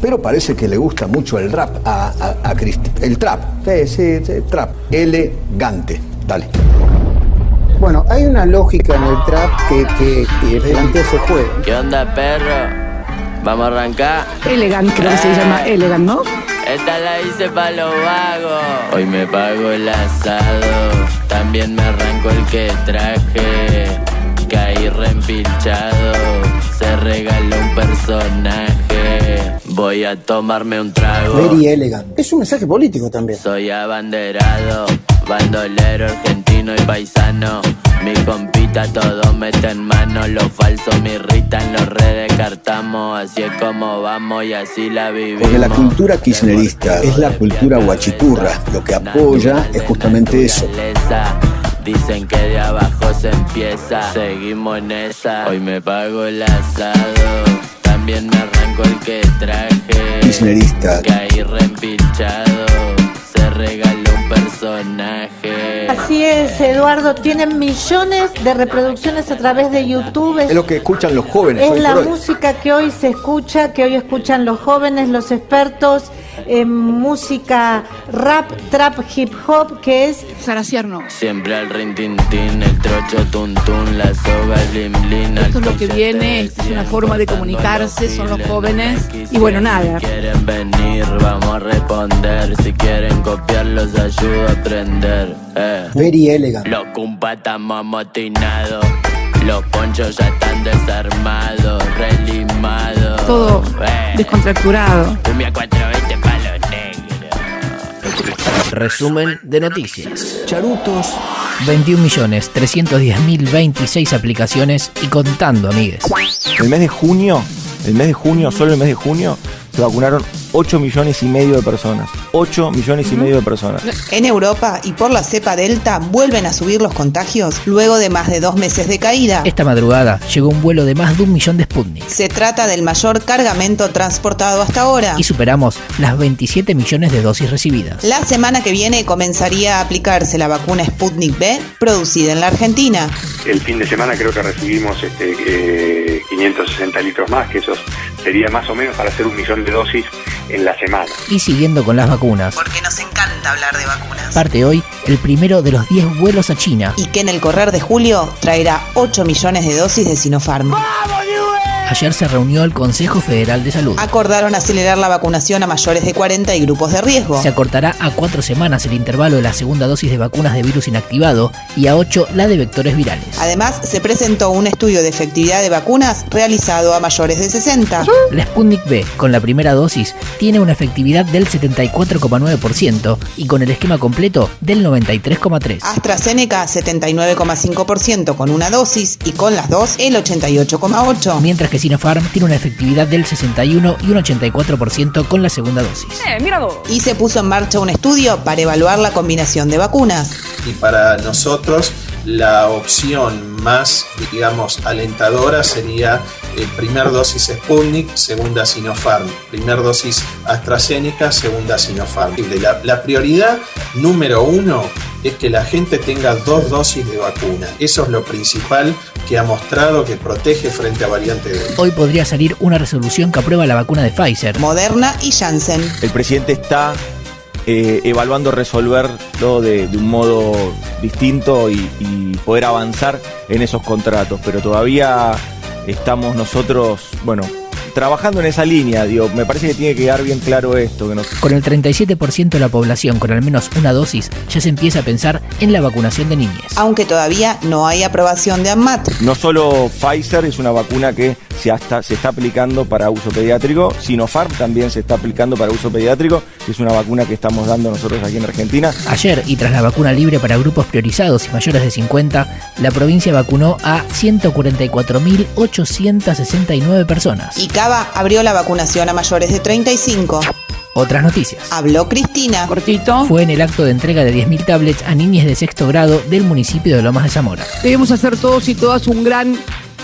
Pero parece que le gusta mucho el rap a, a, a Cristi- El trap. Sí, sí, sí, trap. Elegante. Dale. Bueno, hay una lógica en el trap que, que, que plantea ese juego. ¿Qué onda, perro? Vamos a arrancar. Elegant, creo que se llama Elegant, ¿no? Esta la hice pa' los vagos. Hoy me pago el asado. También me arranco el que traje. Caí reempinchado. Se regaló un personaje. Voy a tomarme un trago. Very elegant. Es un mensaje político también. Soy abanderado, bandolero argentino y paisano. Mi compita todo mete en mano, lo falso me irritan, lo redecartamos. Así es como vamos y así la vivimos. Porque la cultura kirchnerista es la cultura guachiturra. Lo que apoya es justamente eso. Naturaleza. Dicen que de abajo se empieza, seguimos en esa. Hoy me pago el asado, también me arranco el que traje. Kirchnerista. Caí reempinchado, se regaló un personaje. Así es, Eduardo, tienen millones de reproducciones a través de YouTube. Es lo que escuchan los jóvenes Es hoy la por hoy. música que hoy se escucha, que hoy escuchan los jóvenes, los expertos en música rap, trap, hip hop, que es Sara Cierno. Siempre al rin tin tin, el trocho tun tun, la soga lim lin. Esto es lo que viene, esta es una forma de comunicarse, son los jóvenes, y bueno, nada. Si quieren venir, vamos a responder. Si quieren copiar, los ayudo a aprender. Eh. Very elegant. Los cumpas estamos amotinados. Los ponchos ya están desarmados, relimados. Todo Eh. descontracturado. Cumbia 420 palos negros. Resumen de noticias. Charutos. 21.310.026 aplicaciones y contando, amigues. El mes de junio, el mes de junio, solo el mes de junio, se vacunaron 8 millones y medio de personas. 8 millones y medio de personas. En Europa y por la cepa Delta vuelven a subir los contagios luego de más de dos meses de caída. Esta madrugada llegó un vuelo de más de un millón de Sputniks Se trata del mayor cargamento transportado hasta ahora. y superamos las 27 millones de dosis recibidas. La semana que viene comenzaría a aplicarse la vacuna Sputnik B producida en la Argentina. El fin de semana creo que recibimos este, eh, 560 litros más, que eso sería más o menos para hacer un millón de dosis en la semana. Y siguiendo con las vacunas, Porque nos encanta hablar de vacunas. parte hoy el primero de los 10 vuelos a China. Y que en el correr de julio traerá 8 millones de dosis de Sinopharm. Ayer se reunió el Consejo Federal de Salud. Acordaron acelerar la vacunación a mayores de 40 y grupos de riesgo. Se acortará a cuatro semanas el intervalo de la segunda dosis de vacunas de virus inactivado y a ocho la de vectores virales. Además, se presentó un estudio de efectividad de vacunas realizado a mayores de 60. La Sputnik B, con la primera dosis, tiene una efectividad del 74,9% y con el esquema completo del 93,3%. AstraZeneca 79,5% con una dosis y con las dos el 88,8%. Mientras que Sinopharm tiene una efectividad del 61 y un 84% con la segunda dosis. Y se puso en marcha un estudio para evaluar la combinación de vacunas. y para nosotros la opción más, digamos, alentadora sería eh, primer dosis Sputnik, segunda Sinopharm, primer dosis AstraZeneca, segunda Sinopharm. Y de La, la prioridad número uno es que la gente tenga dos dosis de vacuna. Eso es lo principal que ha mostrado que protege frente a variante Delta. Hoy podría salir una resolución que aprueba la vacuna de Pfizer. Moderna y Janssen. El presidente está eh, evaluando resolverlo de, de un modo distinto y, y poder avanzar en esos contratos, pero todavía estamos nosotros, bueno, trabajando en esa línea, digo, me parece que tiene que quedar bien claro esto, que nos, Con el 37% de la población con al menos una dosis, ya se empieza a pensar en la vacunación de niñez. Aunque todavía no hay aprobación de ANMAT. No solo Pfizer es una vacuna que se, hasta- se está aplicando para uso pediátrico, Sinopharm también se está aplicando para uso pediátrico, que es una vacuna que estamos dando nosotros aquí en Argentina. Ayer, y tras la vacuna libre para grupos priorizados y mayores de 50, la provincia vacunó a 144.869 personas. Y Cava abrió la vacunación a mayores de 35. Otras noticias. Habló Cristina. Cortito. Fue en el acto de entrega de 10.000 tablets a niñas de sexto grado del municipio de Lomas de Zamora. Debemos hacer todos y todas un gran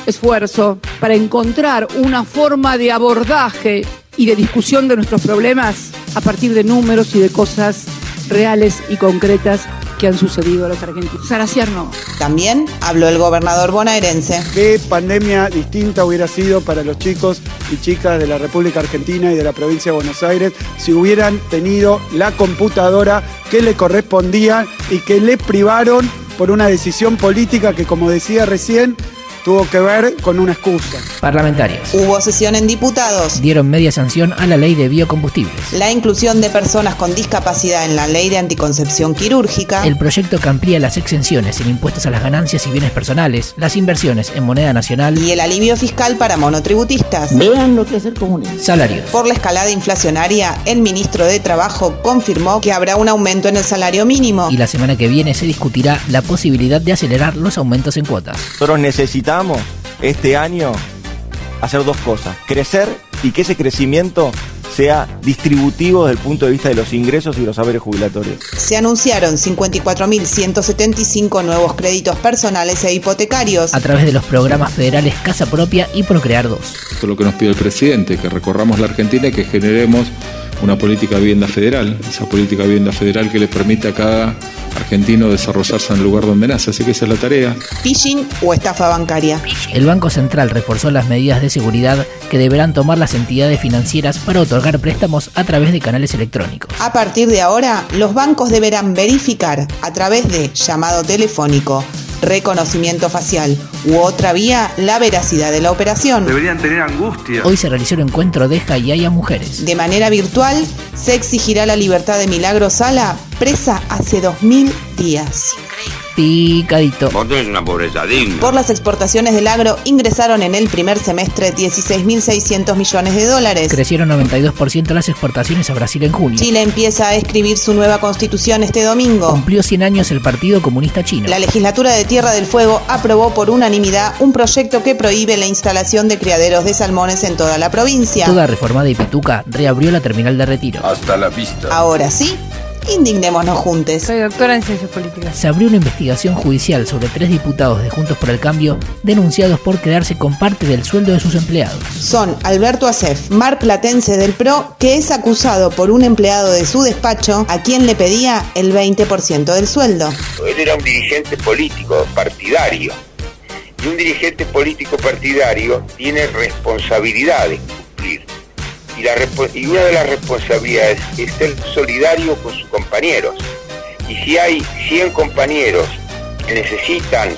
esfuerzo para encontrar una forma de abordaje y de discusión de nuestros problemas a partir de números y de cosas reales y concretas que han sucedido a los argentinos. Saraciar no. También habló el gobernador bonaerense. ¿Qué pandemia distinta hubiera sido para los chicos y chicas de la República Argentina y de la provincia de Buenos Aires si hubieran tenido la computadora que le correspondía y que le privaron por una decisión política que, como decía recién, tuvo que ver con una excusa? Parlamentarios. Hubo sesión en diputados. Dieron media sanción a la ley de biocombustibles. La inclusión de personas con discapacidad en la ley de anticoncepción quirúrgica. El proyecto que amplía las exenciones en impuestos a las ganancias y bienes personales, las inversiones en moneda nacional, y el alivio fiscal para monotributistas. Vean lo que es el comunismo. salarios. Por la escalada inflacionaria, el ministro de Trabajo confirmó que habrá un aumento en el salario mínimo. Y la semana que viene se discutirá la posibilidad de acelerar los aumentos en cuotas. Nosotros necesitamos este año hacer dos cosas, crecer y que ese crecimiento sea distributivo desde el punto de vista de los ingresos y los saberes jubilatorios. Se anunciaron 54.175 nuevos créditos personales e hipotecarios. A través de los programas federales Casa Propia y Procrear 2. Esto es lo que nos pide el presidente, que recorramos la Argentina y que generemos una política de vivienda federal, esa política de vivienda federal que le permite a cada argentino desarrollarse en el lugar donde nace. Así que esa es la tarea. phishing o estafa bancaria. El Banco Central reforzó las medidas de seguridad que deberán tomar las entidades financieras para otorgar préstamos a través de canales electrónicos. A partir de ahora, los bancos deberán verificar a través de llamado telefónico, reconocimiento facial u otra vía la veracidad de la operación. Deberían tener angustia. Hoy se realizó el encuentro de Jaiaya Mujeres. De manera virtual, se exigirá la libertad de Milagro Sala, presa hace 2.000 días. Picadito. Vos tenés una pobreza digna. Por las exportaciones del agro ingresaron en el primer semestre 16.600 millones de dólares. Crecieron 92% las exportaciones a Brasil en junio. Chile empieza a escribir su nueva constitución este domingo. Cumplió 100 años el Partido Comunista Chino. La legislatura de Tierra del Fuego aprobó por unanimidad un proyecto que prohíbe la instalación de criaderos de salmones en toda la provincia. Toda reformada y pituca reabrió la terminal de retiro. Hasta la vista. Ahora sí, indignémonos juntos. Soy doctora en ciencias políticas. Se abrió una investigación judicial sobre tres diputados de Juntos por el Cambio denunciados por quedarse con parte del sueldo de sus empleados. Son Alberto Acef, mar platense del PRO, que es acusado por un empleado de su despacho a quien le pedía el 20% del sueldo. Él era un dirigente político partidario. Y un dirigente político partidario tiene responsabilidades que cumplir. Y, la respo- y una de las responsabilidades es ser solidario con sus compañeros. Y si hay 100 compañeros que necesitan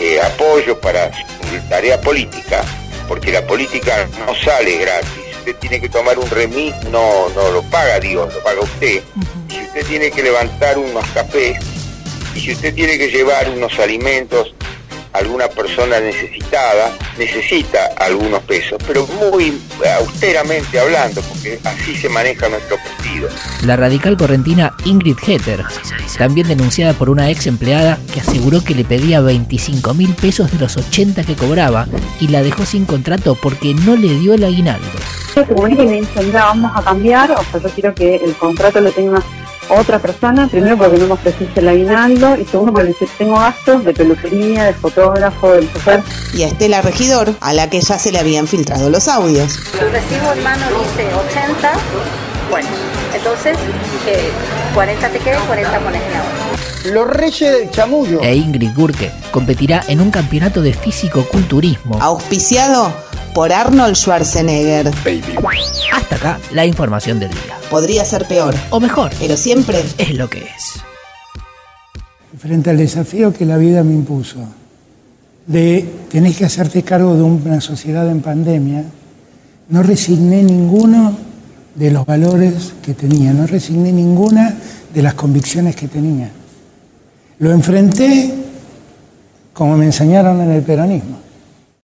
eh, apoyo para su tarea política, porque la política no sale gratis, usted tiene que tomar un remis, no, no lo paga Dios, lo paga usted. Si usted tiene que levantar unos cafés, y si usted tiene que llevar unos alimentos a alguna persona necesitada, necesita algunos pesos, pero muy austeramente hablando, porque así se maneja nuestro partido. La radical correntina Ingrid Heter, también denunciada por una ex empleada que aseguró que le pedía 25 mil pesos de los 80 que cobraba y la dejó sin contrato porque no le dio el aguinaldo. Como es que me dicen, mira, vamos a cambiar, o sea, yo quiero que el contrato lo tenga otra persona, primero porque no me ofreciste el aguinaldo, y segundo porque dice, tengo gastos de peluquería, de fotógrafo, del chofer. Y a Estela Regidor, a la que ya se le habían filtrado los audios. El recibo en mano dice 80, bueno, entonces eh, 40 te quedan, 40 pones en la otra. Los reyes del chamullo. E Ingrid Gurke competirá en un campeonato de físico-culturismo. Auspiciado por Arnold Schwarzenegger. Hasta acá la información del día. Podría ser peor. O mejor. Pero siempre es lo que es. frente al desafío que la vida me impuso, de tenés que hacerte cargo de una sociedad en pandemia, no resigné ninguno de los valores que tenía, no resigné ninguna de las convicciones que tenía. Lo enfrenté como me enseñaron en el peronismo.